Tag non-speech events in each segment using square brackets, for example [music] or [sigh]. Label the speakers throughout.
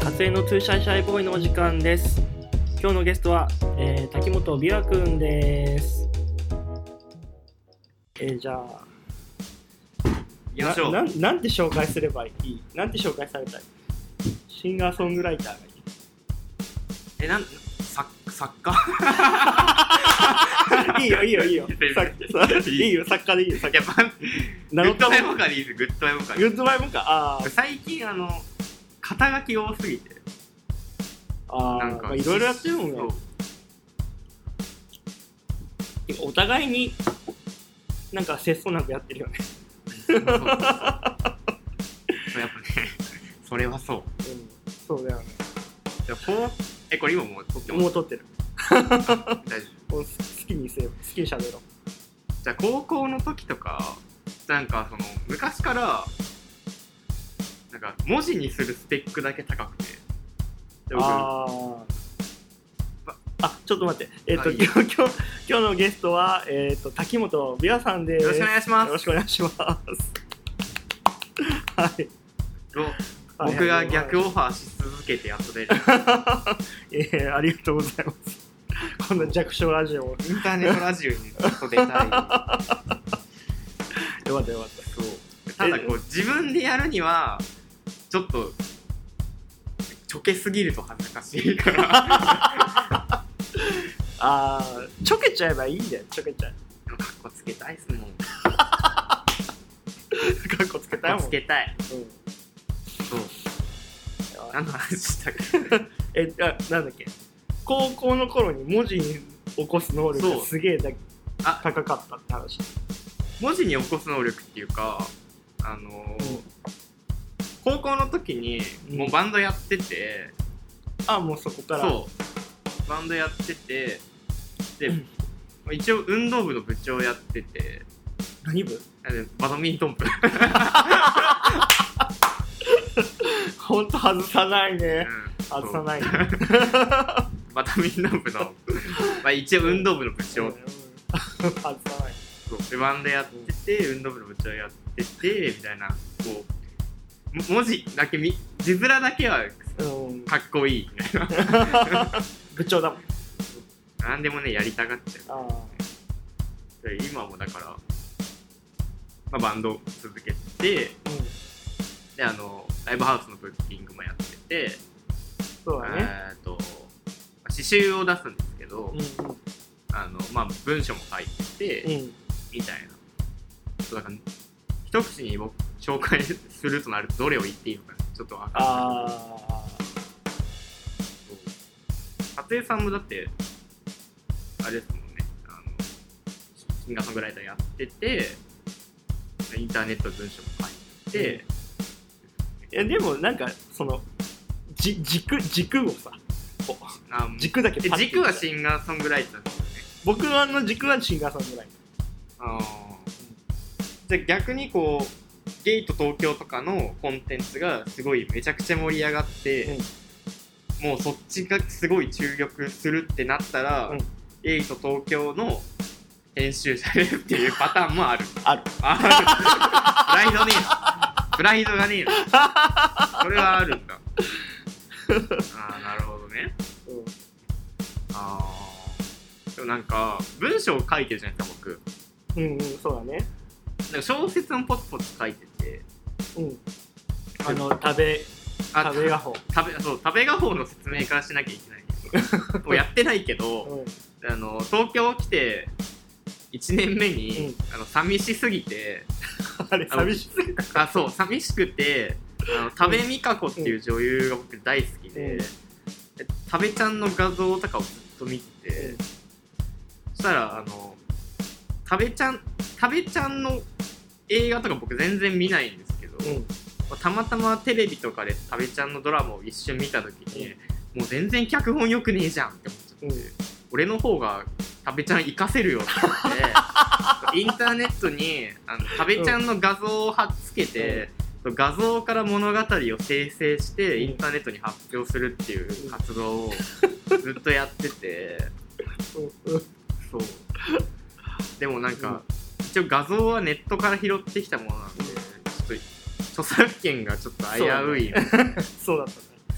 Speaker 1: 2シャイシャイボーイのお時間です。今日のゲストは、えー、滝本美和くんです。えー、じゃあ、
Speaker 2: 行きましょう
Speaker 1: ななんなんて紹介すればいいなんて紹介されたいシンガーソングライターがいい
Speaker 2: えなん作作家
Speaker 1: いい [laughs] よいいよいい
Speaker 2: [laughs]
Speaker 1: よささいいよ作家でいいよ作
Speaker 2: や
Speaker 1: 家
Speaker 2: っぱグ
Speaker 1: 名乗っ
Speaker 2: ッ
Speaker 1: て
Speaker 2: ドメモカリーズグッドメモカリ
Speaker 1: グ
Speaker 2: ー
Speaker 1: ッズバイもかあ
Speaker 2: ズ最近あの肩書き多すぎて
Speaker 1: ああ
Speaker 2: なん
Speaker 1: ーま
Speaker 2: か
Speaker 1: あいろいろやってるも [laughs] んね
Speaker 2: そう
Speaker 1: お互いになんか節操なくやってるよね、
Speaker 2: そうそうそうそうやっぱねそれはそう
Speaker 1: うん、そうだよね
Speaker 2: じゃあこうえこれ今もう撮っても
Speaker 1: もう撮ってる
Speaker 2: 大丈夫
Speaker 1: もう好好きにせよ好きにしゃべろう
Speaker 2: じゃあ高校の時とかなんかその昔からなんか文字にするスペックだけ高くてで僕
Speaker 1: あーあちょっと待ってえっ、と
Speaker 2: あいい
Speaker 1: 今
Speaker 2: よ
Speaker 1: 日今日今日のゲストはえっ、と滝本美和さんです
Speaker 2: よろしくお願いします
Speaker 1: よろしくお願いしますはい
Speaker 2: どう
Speaker 1: はい
Speaker 2: 僕が逆
Speaker 1: を
Speaker 2: オファーし続けてやっと出る
Speaker 1: ええありがとうございますこんな弱小ラジオよ
Speaker 2: インターネットラジオにずっと出たい
Speaker 1: かったよかっ
Speaker 2: そうただこう自分でやるにはちょっとちょけすぎると恥ずかしい
Speaker 1: [laughs]
Speaker 2: から
Speaker 1: たあーちょけちゃえばいいんだよちょけちゃえ
Speaker 2: でもかっこつけたいっすもん
Speaker 1: かっこつけたい
Speaker 2: かっ
Speaker 1: も
Speaker 2: こ
Speaker 1: ん
Speaker 2: つけたい
Speaker 1: うん
Speaker 2: そう何の話したっけ
Speaker 1: えあなんだっけ高校の頃に文字に起こす能力
Speaker 2: そ
Speaker 1: が
Speaker 2: う
Speaker 1: すげえだ
Speaker 2: あ
Speaker 1: 高かったって話
Speaker 2: 文字に起こす能力っていうかあのー
Speaker 1: うん
Speaker 2: 高校の時にもうバンドやってて、
Speaker 1: あもうそこから
Speaker 2: そうバンドやっててで、
Speaker 1: うん
Speaker 2: 一応運動部の部長やってて
Speaker 1: 何部
Speaker 2: あでバドミントン
Speaker 1: [laughs]
Speaker 2: 部
Speaker 1: ほんと外さないね
Speaker 2: うん
Speaker 1: 外さないね
Speaker 2: そうバドミントン部のまあ一応運動部の部長、
Speaker 1: うん外さない
Speaker 2: そうでバンドやってて運動部の部長やっててみたいなこうも文字だけ見字面だけは
Speaker 1: うん
Speaker 2: かっこいいみたいな
Speaker 1: 部長だもん
Speaker 2: 何でもねやりたがっちゃう
Speaker 1: あ
Speaker 2: で今もだから、まあ、バンド続けて
Speaker 1: ーうん
Speaker 2: であのライブハウスのブッキングもやってて、
Speaker 1: そうだね
Speaker 2: えっとまあ詩集を出すんですけど、
Speaker 1: うんうん
Speaker 2: あのまあ、文章も書いてて、
Speaker 1: うん
Speaker 2: みたいなそうだから一口に僕紹介するとなるとどれを言っていいのかちょっと分かんない
Speaker 1: あ
Speaker 2: 撮影さんもだってあれですもんねあのシンガーソングライターやっててインターネットで文章も書いてて、
Speaker 1: ーいやでもなんかそのじ軸軸をさこう
Speaker 2: あもう
Speaker 1: 軸だけ
Speaker 2: え
Speaker 1: パッて
Speaker 2: 軸はシンガーソングライターですよね
Speaker 1: 僕はあの軸はシンガーソングライ
Speaker 2: あーじゃあ逆にこうゲート東京とかのコンテンツがすごいめちゃくちゃ盛り上がって、もうそっちがすごい注力するってなったら、
Speaker 1: うん
Speaker 2: ゲート東京の編集者でっていうパターンもある
Speaker 1: ある
Speaker 2: あるプライドねえプライドがねえなそれはあるんだああなるほどね
Speaker 1: ター、うん
Speaker 2: あーでもなんか文章を書いてるじゃないですか
Speaker 1: う
Speaker 2: 僕
Speaker 1: んうんそうだね
Speaker 2: なんか小説もポツポツ書いてて
Speaker 1: うんあの食べ
Speaker 2: あ
Speaker 1: 食べがほ
Speaker 2: 食べそう食べ画法の説明からしなきゃいけないもうやってないけど
Speaker 1: うん
Speaker 2: あの東京来て1年目
Speaker 1: う
Speaker 2: に、
Speaker 1: ん
Speaker 2: あの寂しすぎて
Speaker 1: あれ
Speaker 2: あの
Speaker 1: 寂しい
Speaker 2: あそう寂しくてあの多部未華子っていう女優が僕大好き
Speaker 1: うん
Speaker 2: でで多部ちゃんの画像とかをずっと見てて、
Speaker 1: うん
Speaker 2: そしたらあの多部ちゃん多部ちゃんの映画とか僕全然見ないんですけど、
Speaker 1: うん
Speaker 2: たまたまテレビとかで多部ちゃんのドラマを一瞬見た時に、もう全然脚本よくねえじゃんって思っちゃって、
Speaker 1: うん
Speaker 2: 俺の方が多部ちゃん活かせるよって思っ
Speaker 1: [laughs]
Speaker 2: てインターネットにあの多部ちゃんの画像を貼っつけて、画像から物語を生成して、
Speaker 1: うん
Speaker 2: インターネットに発表するっていう活動
Speaker 1: [laughs]
Speaker 2: をずっとやってて
Speaker 1: うんうん
Speaker 2: そうでもなんか、一応画像はネットから拾ってきたものなんでちょっと著作権がちょっと危うい
Speaker 1: そうだったね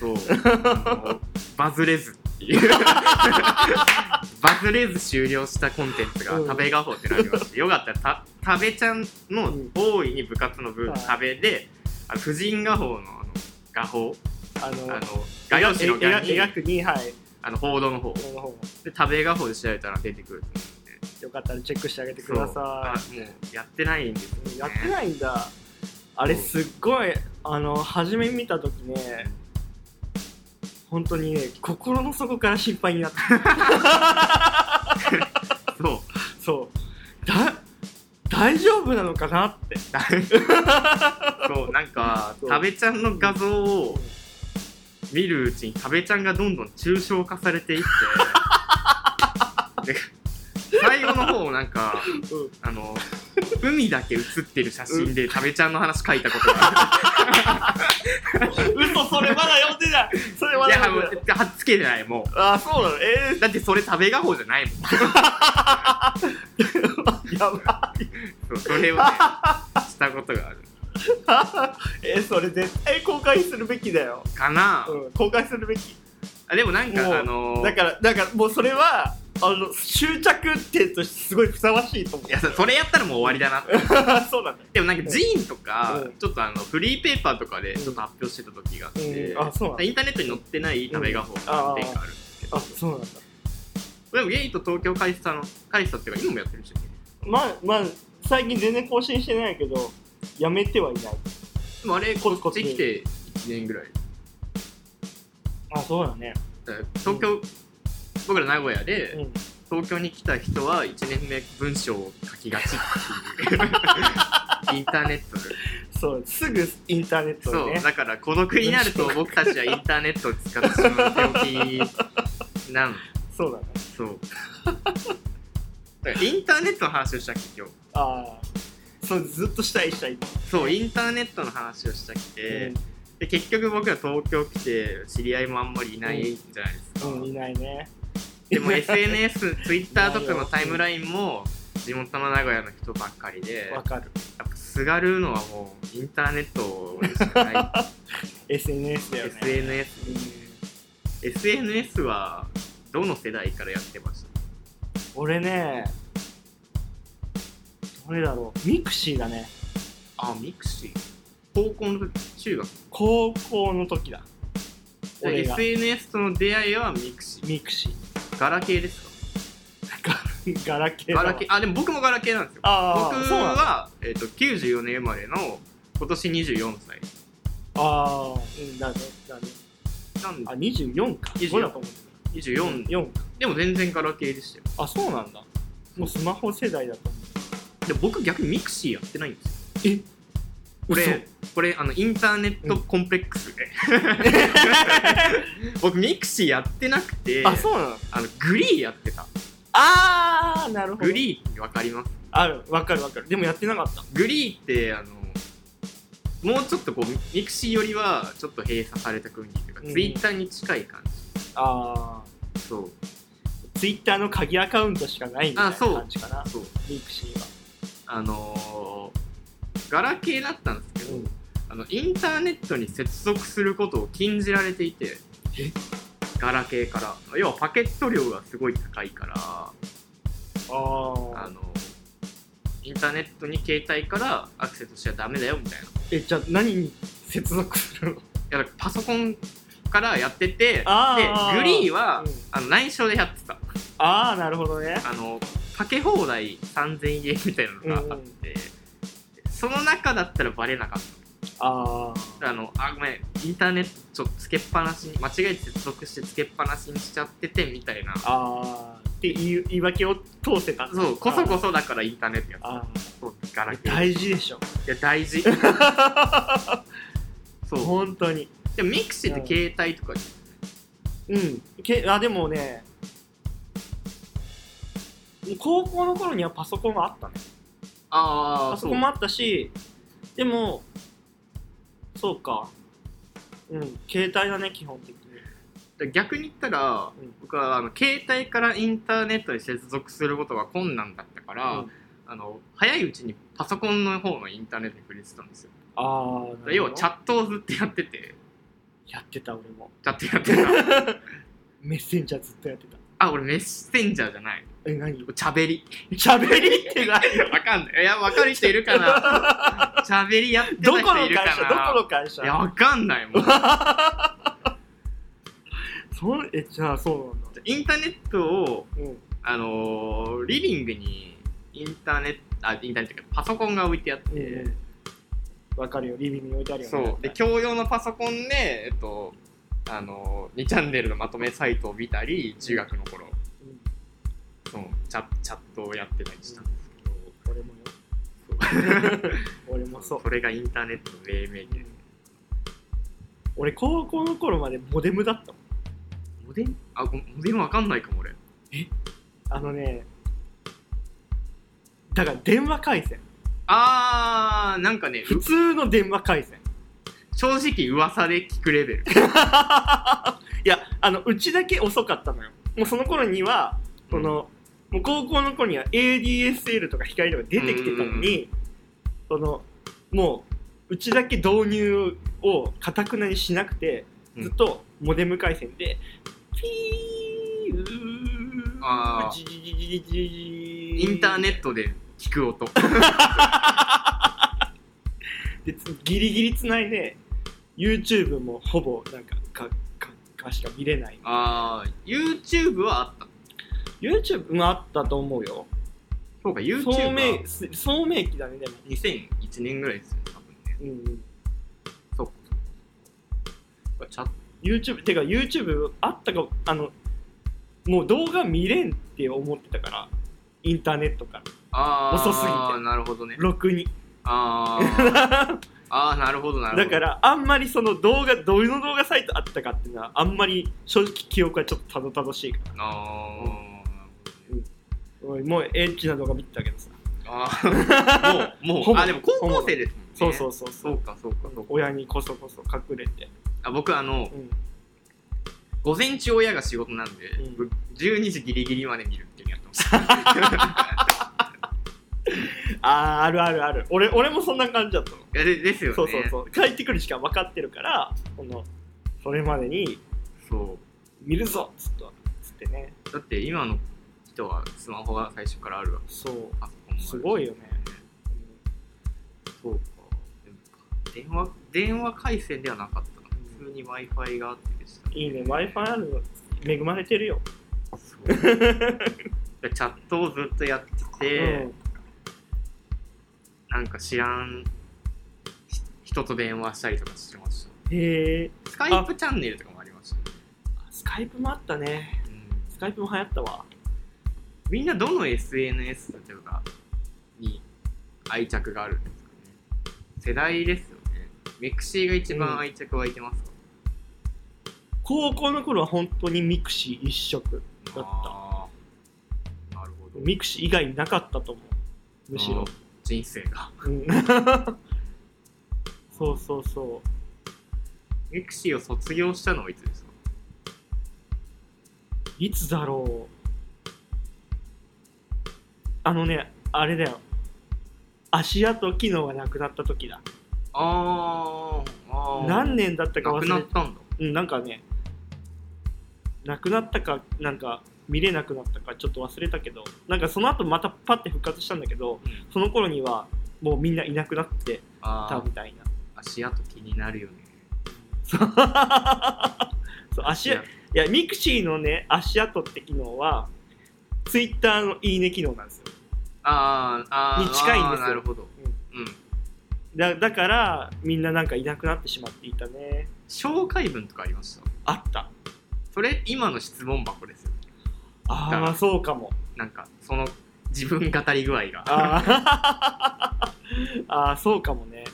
Speaker 2: そうそうあのバズれずっていう [laughs] バズれず終了したコンテンツが
Speaker 1: うん
Speaker 2: 食べがほうってなりましてよかったらた食べちゃんの
Speaker 1: うん
Speaker 2: 大いに部活の部
Speaker 1: はい
Speaker 2: 食べであの婦人画法のあの画法
Speaker 1: あ
Speaker 2: あ
Speaker 1: の
Speaker 2: の画用紙の
Speaker 1: え描
Speaker 2: 画に
Speaker 1: 描くにはい
Speaker 2: あの報道の方
Speaker 1: この方
Speaker 2: で食べ画法で調べたら出てくると
Speaker 1: よかったらチェックしてあげてく
Speaker 2: 思
Speaker 1: だ
Speaker 2: ってそう
Speaker 1: さ
Speaker 2: あもうやってないんですよ
Speaker 1: いやってないんだあれすっごいあの初め見た時ね本当にね心の底から心配になった
Speaker 2: そう
Speaker 1: そうだ大丈夫なのかなって
Speaker 2: そうなんか
Speaker 1: [laughs] そう
Speaker 2: 食べちゃんの画像を見るうちに食べちゃんがどんどん抽象化さ
Speaker 1: [laughs]
Speaker 2: れていってで最後の方なんか
Speaker 1: うん
Speaker 2: あの海だけ写ってる写真で食べちゃんの話書いたこと
Speaker 1: [laughs]
Speaker 2: があ
Speaker 1: 嘘それまだ読んでないそれ
Speaker 2: る
Speaker 1: ま
Speaker 2: い
Speaker 1: だ
Speaker 2: やも
Speaker 1: 読ん
Speaker 2: う
Speaker 1: でない
Speaker 2: はっつけてないも
Speaker 1: あそうなの
Speaker 2: うだってそれ食べ画法じゃないもん
Speaker 1: えー、やば
Speaker 2: そうそれをね
Speaker 1: [laughs]
Speaker 2: したことがある
Speaker 1: いえー、それ絶対公開するべきだよ、
Speaker 2: かな、
Speaker 1: うん、公開するべき
Speaker 2: あでもなん
Speaker 1: もう
Speaker 2: かあの
Speaker 1: だからだからもうそれはあの終着点としてすごいふさわしいと思う
Speaker 2: いやそそれやったらもう終わりだなって
Speaker 1: そうなんだ
Speaker 2: でもなんかジーンとか、
Speaker 1: うん
Speaker 2: ちょっとあのフリーペーパーとかでちょっと発表してた時があって、
Speaker 1: うんあそうなんだ
Speaker 2: インターネットに載ってない食べ画法が何点かある、
Speaker 1: あそうなんだ
Speaker 2: でもゲイと東京開催の開催っていうか今もやってるしで
Speaker 1: まあまあ最近全然更新してないけどやめてはいない
Speaker 2: もあれ
Speaker 1: コ
Speaker 2: こ
Speaker 1: ツコ
Speaker 2: っ
Speaker 1: ツ
Speaker 2: ち来て1年ぐらい
Speaker 1: あそうだね
Speaker 2: だから東京、僕ら名古屋で
Speaker 1: うん
Speaker 2: 東京に来た人は1年目文章を書きがち
Speaker 1: [laughs]
Speaker 2: っていうインターネットで
Speaker 1: そうすぐインターネット
Speaker 2: そう、
Speaker 1: でね
Speaker 2: だから孤独になると僕たちはインターネットを使ってしまう病気なの
Speaker 1: そうだね
Speaker 2: そうだからインターネットの話をしたっけ今日
Speaker 1: ああそうずっとしたいしたい
Speaker 2: そうインターネットの話をしたっけ、で結局僕は東京来て知り合いもあんまりいないじゃないですか、
Speaker 1: うん、うん、いないね
Speaker 2: でも [laughs] SNSTwitter とかのタイムラインも地元の名古屋の人ばっかりでや
Speaker 1: わ
Speaker 2: っ
Speaker 1: かる
Speaker 2: ぱすがるのはもうインターネットしか [laughs] ない
Speaker 1: SNS だよね
Speaker 2: SNS
Speaker 1: うん
Speaker 2: SNS はどの世代からやってました
Speaker 1: 俺ねどれだろうミクシーだね
Speaker 2: あミクシー高校の時中学
Speaker 1: 高校の時だ
Speaker 2: で
Speaker 1: 俺が
Speaker 2: SNS との出会いはミクシ
Speaker 1: ミクシー
Speaker 2: ーガラケーですか
Speaker 1: ガラケーだ [laughs]
Speaker 2: ガ
Speaker 1: わ
Speaker 2: ラケーあでも僕もガラケーなんですよ
Speaker 1: あ
Speaker 2: 僕
Speaker 1: あそうなんだ
Speaker 2: は、えっと94年生まれの今年24歳
Speaker 1: ああうんだねだね
Speaker 2: なん
Speaker 1: あ
Speaker 2: で
Speaker 1: 24か
Speaker 2: 24
Speaker 1: そうだと思ってた
Speaker 2: 24
Speaker 1: 4か
Speaker 2: でも全然ガラケーでしたよ
Speaker 1: あそうなんだもうスマホ世代だと思う
Speaker 2: で僕逆にミクシーやってないんですよ
Speaker 1: え
Speaker 2: これこれあのインターネットコンプレックスで、僕ミクシーやってなくて
Speaker 1: あそうなの
Speaker 2: あのグリーやってた
Speaker 1: ああなるほど
Speaker 2: グリーってわかります
Speaker 1: あるわかるわかるでもやってなかった
Speaker 2: グリーってあのもうちょっとこうミクシーよりはちょっと閉鎖された国というか、
Speaker 1: うん
Speaker 2: ツイッターに近い感
Speaker 1: ああ
Speaker 2: じそう
Speaker 1: ツイッターの鍵アカウントしかないみたいな
Speaker 2: あそう
Speaker 1: 感じかな
Speaker 2: そう
Speaker 1: ミクシーは
Speaker 2: あのーガラケーだったんですけど、
Speaker 1: うん
Speaker 2: あのインターネットに接続することを禁じられていて
Speaker 1: え
Speaker 2: ガラケーから要はパケット量がすごい高いから
Speaker 1: あ
Speaker 2: あ
Speaker 1: あ
Speaker 2: のインターネットに携帯からアクセスしちゃダメだよみたいない
Speaker 1: えじゃあ何に接続するの
Speaker 2: やだからパソコンからやっててでグ
Speaker 1: あー
Speaker 2: リーは、
Speaker 1: うん
Speaker 2: あの内緒でやってた
Speaker 1: ああなるほどね
Speaker 2: あのかけ放題3000円みたいなのがあって、その中だったらバレなかった
Speaker 1: ああ
Speaker 2: あのあごめんインターネットちょっとつけっぱなしに間違えて接続してつけっぱなしにしちゃっててみたいな
Speaker 1: ああっていう言い訳を通せた
Speaker 2: そうこそこそだからインターネットや
Speaker 1: あー
Speaker 2: そうガ
Speaker 1: あ
Speaker 2: ラ
Speaker 1: ー
Speaker 2: ケーい
Speaker 1: 大事でしょ
Speaker 2: や
Speaker 1: [laughs]
Speaker 2: 大事そう
Speaker 1: 本当に
Speaker 2: でもミクシーって携帯とか
Speaker 1: うんけあでもね高校の頃にはパソコンがあったね
Speaker 2: あ
Speaker 1: パ
Speaker 2: あ
Speaker 1: ソ
Speaker 2: そ
Speaker 1: コ
Speaker 2: う
Speaker 1: ンもあったしでもそうかうん携帯だね基本的に
Speaker 2: で逆に言ったら、
Speaker 1: うん
Speaker 2: 僕はあの携帯からインターネットに接続することが困難だったから、
Speaker 1: うん
Speaker 2: あの早いうちにパソコンの方のインターネットに触れてたんですよ
Speaker 1: ああ
Speaker 2: 要はチャットをずっとやってて
Speaker 1: やってた俺も
Speaker 2: だってやってた
Speaker 1: [laughs] メッセンジャーずっとやってた
Speaker 2: あ俺メッセンジャーじゃない
Speaker 1: え
Speaker 2: [laughs]
Speaker 1: 何
Speaker 2: チャベリ
Speaker 1: しゃべりって何
Speaker 2: [laughs] わかんないいやわかる人いるか
Speaker 1: [laughs]
Speaker 2: なチャベリやってた
Speaker 1: どこの
Speaker 2: 人
Speaker 1: 会
Speaker 2: いるか
Speaker 1: 社
Speaker 2: な
Speaker 1: どこの会社
Speaker 2: いやわかんないもん
Speaker 1: そんえじゃあそうなんだ
Speaker 2: インターネットを
Speaker 1: うん
Speaker 2: あのーリビングにインターネットあインターネットっていうかパソコンが置いてあって、
Speaker 1: ええわかるよリビングに置いてあるよね
Speaker 2: そうで教養のパソコンで、えっと、あの2チャンネルのまとめサイトを見たり中学の頃
Speaker 1: うん
Speaker 2: そうチャチャットをやってたりしたんですけど
Speaker 1: 俺もよ [laughs] 俺も
Speaker 2: [laughs] そ
Speaker 1: そう
Speaker 2: うそれがインターネットの黎明期
Speaker 1: 俺高校の頃までモデムだったもん
Speaker 2: モデルあごモデルわかんないかも俺
Speaker 1: あのねだから電話回線
Speaker 2: あーなんかね
Speaker 1: 普
Speaker 2: う
Speaker 1: 通の電話回線
Speaker 2: 正直噂で聞くレ [laughs] ベル
Speaker 1: いやあのうちだけ遅かったのよもうその頃にはその、もう高校の頃には ADSL とか光とか出てきてたのに、そのもううちだけ導入をかたくなにしなくて
Speaker 2: うん
Speaker 1: ずっとモデム回線で、ピーうー
Speaker 2: あー
Speaker 1: ジジジジジジ
Speaker 2: インターネッ
Speaker 1: ト
Speaker 2: トで聞く音
Speaker 1: でつギリギリつないで YouTube もほぼなんかかかかしか見れない
Speaker 2: あー YouTube はあった
Speaker 1: YouTube もあったと思うよ
Speaker 2: そうか YouTube
Speaker 1: 聡明
Speaker 2: は
Speaker 1: 聡明期だねでも
Speaker 2: 2001年ぐらいですよね多分ね
Speaker 1: うんうん
Speaker 2: そうかそうかチャット
Speaker 1: YouTube てか YouTube あったかあのもう動画見れんって思ってたからインターネットから
Speaker 2: あー
Speaker 1: 遅すぎて
Speaker 2: なるほどね
Speaker 1: ろくに
Speaker 2: あー [laughs]
Speaker 1: だ
Speaker 2: あーなるほどなるほど
Speaker 1: からあんまりその動画どういうの動画サイトあったかっていうのはあんまり正直記憶はちょっとたどたどしいから
Speaker 2: あーなる
Speaker 1: おいもうエッチな動画見てたけどさ、
Speaker 2: ほどねあーもう
Speaker 1: ほ
Speaker 2: もう
Speaker 1: ぼ
Speaker 2: あでも高校生ですもんね
Speaker 1: そうそううそうそ
Speaker 2: そううかそうかそうか
Speaker 1: 親にこそこそ隠れて
Speaker 2: あ僕あの
Speaker 1: うん
Speaker 2: 午前中親が仕事なんで、
Speaker 1: うん
Speaker 2: 12時ギリギリまで見るっていうのやってます
Speaker 1: [laughs] あーあるあるある俺俺もそんな感じだったの
Speaker 2: いやでですよね
Speaker 1: そうそうそう帰ってくる時間分かってるからそのそれまでに
Speaker 2: そう
Speaker 1: 見るぞっつっとつってね
Speaker 2: だって今の人はスマホが最初からあるわ
Speaker 1: そう
Speaker 2: パソコンもある
Speaker 1: すごいよね
Speaker 2: そうかでも電話電話回線ではなかったな普通に w i f i があってでしたね
Speaker 1: いいね w i f i あるの恵まれてるよ、
Speaker 2: そうでチャットをずっとやってて、なんか知らんひ人と電話したりとかしてまし
Speaker 1: うん、へえ
Speaker 2: たスカイプチャンネルとかもありましたね、
Speaker 1: スカイプもあったね
Speaker 2: うん
Speaker 1: スカイプも流行ったわ
Speaker 2: みんなどの SNS というかに愛着があるんですかね世代ですよねミクシーが一番愛着湧いてますか、
Speaker 1: 高校の頃は本当にミクシー一色だった
Speaker 2: あーなるほど
Speaker 1: ミクシー以外なかったと思うむしろ
Speaker 2: あー人生が
Speaker 1: うん [laughs] そうそうそ
Speaker 2: ミクシーを卒業したのはいつですか
Speaker 1: ういつだろうあのねあれだよ足跡機能がなくなった時だ
Speaker 2: あーあー
Speaker 1: 何年だったか忘
Speaker 2: な
Speaker 1: れ
Speaker 2: く
Speaker 1: て
Speaker 2: なったんだ
Speaker 1: うん、なんかね、なくなったか、なんか見れなくなったか、ちょっと忘れたけど、なんかその後またパッて復活したんだけど、
Speaker 2: うん
Speaker 1: その頃にはもうみんないなくなって
Speaker 2: あ
Speaker 1: た
Speaker 2: ー
Speaker 1: みたいな。
Speaker 2: 足跡気になるよね
Speaker 1: そうそう足いや、ミクシーのね、足跡って機能は、ツイッターのいいね機能なんですよ。
Speaker 2: あーあー
Speaker 1: に近いんですよ
Speaker 2: あーなるほど、うん
Speaker 1: だだから、みんななんかいなくなってしまっていたね。
Speaker 2: 紹介文とかありました
Speaker 1: あった。
Speaker 2: それ今の質問箱ですよ
Speaker 1: ああ、そうかも。
Speaker 2: なんかその自分語り具合が
Speaker 1: あ [laughs] ーあー、そうかもね。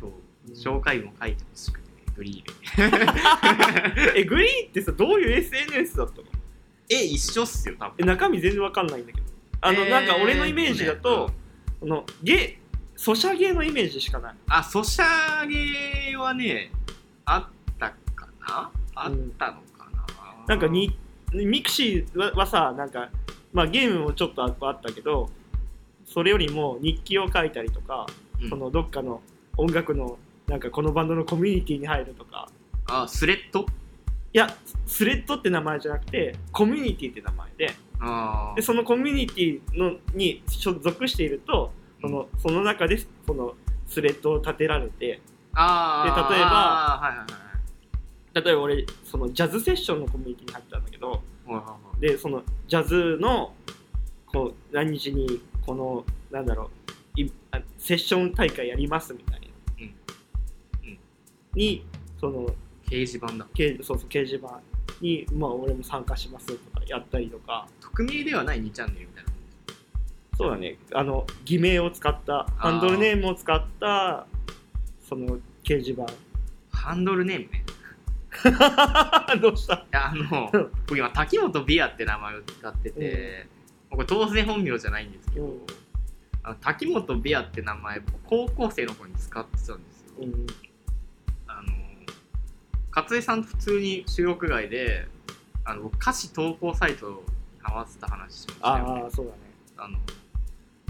Speaker 2: そう
Speaker 1: うん
Speaker 2: 紹介文書いてほしくてねグリー
Speaker 1: [laughs] えグリーンってさどういう SNS だったの
Speaker 2: でえ一緒っすよ多
Speaker 1: え
Speaker 2: 分
Speaker 1: 中身全然わかんないんだけどあの、
Speaker 2: えー
Speaker 1: なんか俺のイメージだと
Speaker 2: ね、
Speaker 1: このゲソシャゲのイメージしかない
Speaker 2: あソシャゲはねあったかなあったのかな、
Speaker 1: なんかにミクシーははさなんか、まあ、ゲームもちょっとあったけどそれよりも日記を書いたりとか、
Speaker 2: うん
Speaker 1: そのどっかの音楽のなんかこのバンドのコミュニティに入るとか
Speaker 2: あスレッド
Speaker 1: いやスレッドって名前じゃなくてコミュニティって名前で
Speaker 2: あ
Speaker 1: でそのコミュニティのに所属しているとそのその中でそのスレッドを立てられて
Speaker 2: あ
Speaker 1: で
Speaker 2: ー
Speaker 1: 例えば
Speaker 2: あーはいはいはい
Speaker 1: 例えば俺そのジャズセッションのコミュニティに入ったんだけど
Speaker 2: はいはいはい
Speaker 1: でそのジャズのこう何日にこのなんだろういあセッション大会やりますみたいな、
Speaker 2: うんうん
Speaker 1: にその
Speaker 2: 掲示板だ
Speaker 1: 掲そうそう掲示板に、まあ、俺も参加しますとかやったりとか
Speaker 2: 匿名ではない2チャンネルみたいな
Speaker 1: そうだねあの偽名を使ったハンドルネームを使ったその掲示板 [laughs]
Speaker 2: ハンドルネームね
Speaker 1: どうした
Speaker 2: いやあの
Speaker 1: うん
Speaker 2: 僕今滝本ビアって名前を使ってて、これ当然本名じゃないんですけど、
Speaker 1: うん
Speaker 2: あの滝本ビアって名前僕高校生の頃に使ってたんですよ、
Speaker 1: うん
Speaker 2: あの勝江さんと普通に収録外であの僕歌詞投稿サイトにハマってた話しましたよね
Speaker 1: ああそうだね
Speaker 2: あの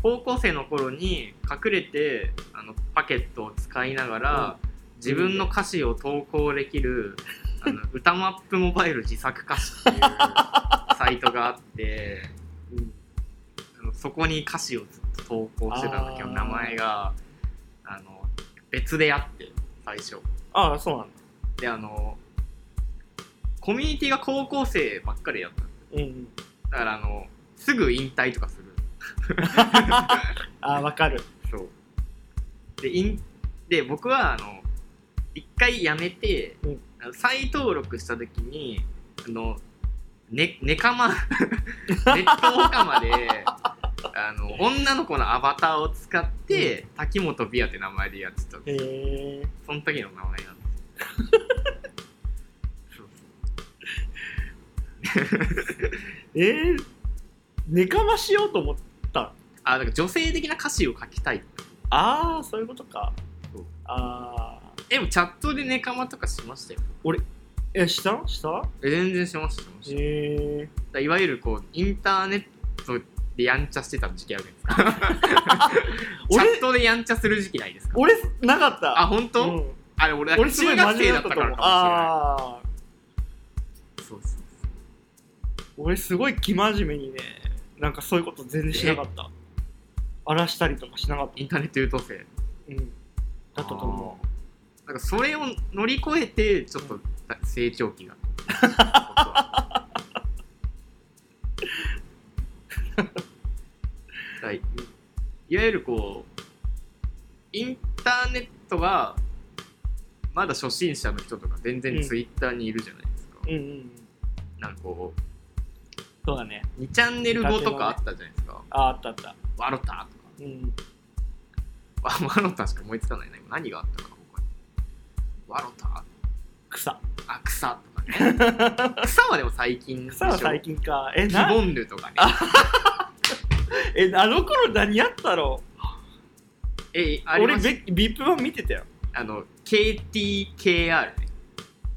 Speaker 2: 高校生の頃に隠れてあのパケットを使いながら、自分の歌詞を投稿できる「あの歌マップモバイル自作歌詞」っていうサイトがあって
Speaker 1: うん
Speaker 2: あのそこに歌詞をずっと投稿してたんだけど
Speaker 1: あー
Speaker 2: 名前があの別であって最初。
Speaker 1: ああそうなんだ
Speaker 2: であのコミュニティが高校生ばっかりだった
Speaker 1: うんうん
Speaker 2: だからあのすぐ引退とかする
Speaker 1: ああわかる
Speaker 2: そうでインで僕はあの一回やめて、
Speaker 1: うん
Speaker 2: あの再登録した時にあのねネカ
Speaker 1: [laughs]
Speaker 2: マネットオカマであの女の子のアバターを使って、滝本ビアって名前でやってたんです
Speaker 1: へえ
Speaker 2: その時の名前なんですそう
Speaker 1: えー、寝かましようと思って
Speaker 2: あだから女性的な歌詞を書きたい
Speaker 1: ああそういうことか
Speaker 2: そう
Speaker 1: ああ
Speaker 2: えでもチャットでネカマとかしましたよ
Speaker 1: えしたした
Speaker 2: え全然しましたしましただ
Speaker 1: へ
Speaker 2: か
Speaker 1: え
Speaker 2: らいわゆるこうインターネットでやんちゃしてた時期あるじゃないですかチャ
Speaker 1: [laughs] 俺
Speaker 2: ットでやんちゃする時期ないですか
Speaker 1: 俺なかった
Speaker 2: あ本当、
Speaker 1: うん
Speaker 2: あれ俺だ
Speaker 1: 俺すご
Speaker 2: 中
Speaker 1: い真
Speaker 2: 学
Speaker 1: 面目
Speaker 2: 生
Speaker 1: だ
Speaker 2: だっ
Speaker 1: ったた
Speaker 2: か
Speaker 1: と
Speaker 2: ら
Speaker 1: 思
Speaker 2: か
Speaker 1: う
Speaker 2: もしれな
Speaker 1: ああ
Speaker 2: いそうそう
Speaker 1: 俺すごい生真面目にねなんかそういうこと全然しなかった荒らしたりとかしなかった
Speaker 2: インターネット優等生だ
Speaker 1: うんだったと思
Speaker 2: うだからそれを乗り越えてちょっと成長期が
Speaker 1: [laughs]
Speaker 2: はい、いわゆるこうインターネットがまだ初心者の人とか全然ツイッターにいるじゃないですか、
Speaker 1: ううんうんうん
Speaker 2: なんかこ
Speaker 1: そうだね
Speaker 2: う2チャンネル語とかあったじゃないですか
Speaker 1: あああったあった
Speaker 2: 「ワロタ」とか [laughs]
Speaker 1: うん
Speaker 2: 「ワワロタ」しか思いつかないね何があったかな他に「ワロタ」
Speaker 1: 草
Speaker 2: あ草とかね
Speaker 1: [laughs]
Speaker 2: 草はでも最近でし
Speaker 1: 草
Speaker 2: ょ
Speaker 1: は最近かえ
Speaker 2: キ
Speaker 1: な
Speaker 2: ボンヌとかね
Speaker 1: えあの頃何やったろ
Speaker 2: えあれ
Speaker 1: 俺ビビップ版見てたよ
Speaker 2: あの KTKR ね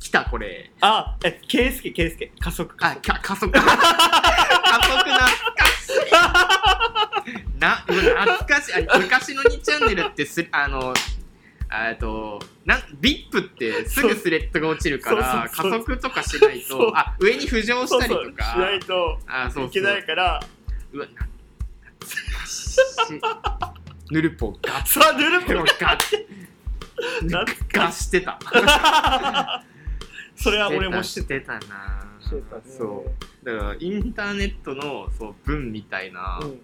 Speaker 2: 来たこれ
Speaker 1: あ、え、ケイスケ、ケイスケ、加速
Speaker 2: あ
Speaker 1: 加
Speaker 2: か加速加速懐かし [laughs] いな懐かしいあ昔の2チャンネルってすあのえっとなんビップってすぐスレッドが落ちるから
Speaker 1: そうそうそう
Speaker 2: 加速とかしない
Speaker 1: そう
Speaker 2: とあ上に浮上
Speaker 1: 速。
Speaker 2: したり
Speaker 1: そうそう
Speaker 2: とか
Speaker 1: しないと
Speaker 2: あそうそう
Speaker 1: いけないから、
Speaker 2: うわ、な懐かしい。ぬるぽガッ
Speaker 1: さあ、ぬる
Speaker 2: て
Speaker 1: ぽ
Speaker 2: ガ [laughs]
Speaker 1: ん、
Speaker 2: ッ
Speaker 1: 懐
Speaker 2: ガ
Speaker 1: かし
Speaker 2: してた。
Speaker 1: い。 [laughs] それは俺も知
Speaker 2: し
Speaker 1: って
Speaker 2: てたな。
Speaker 1: た。してたね
Speaker 2: そう。だからインターネットのそう文みたいな
Speaker 1: うん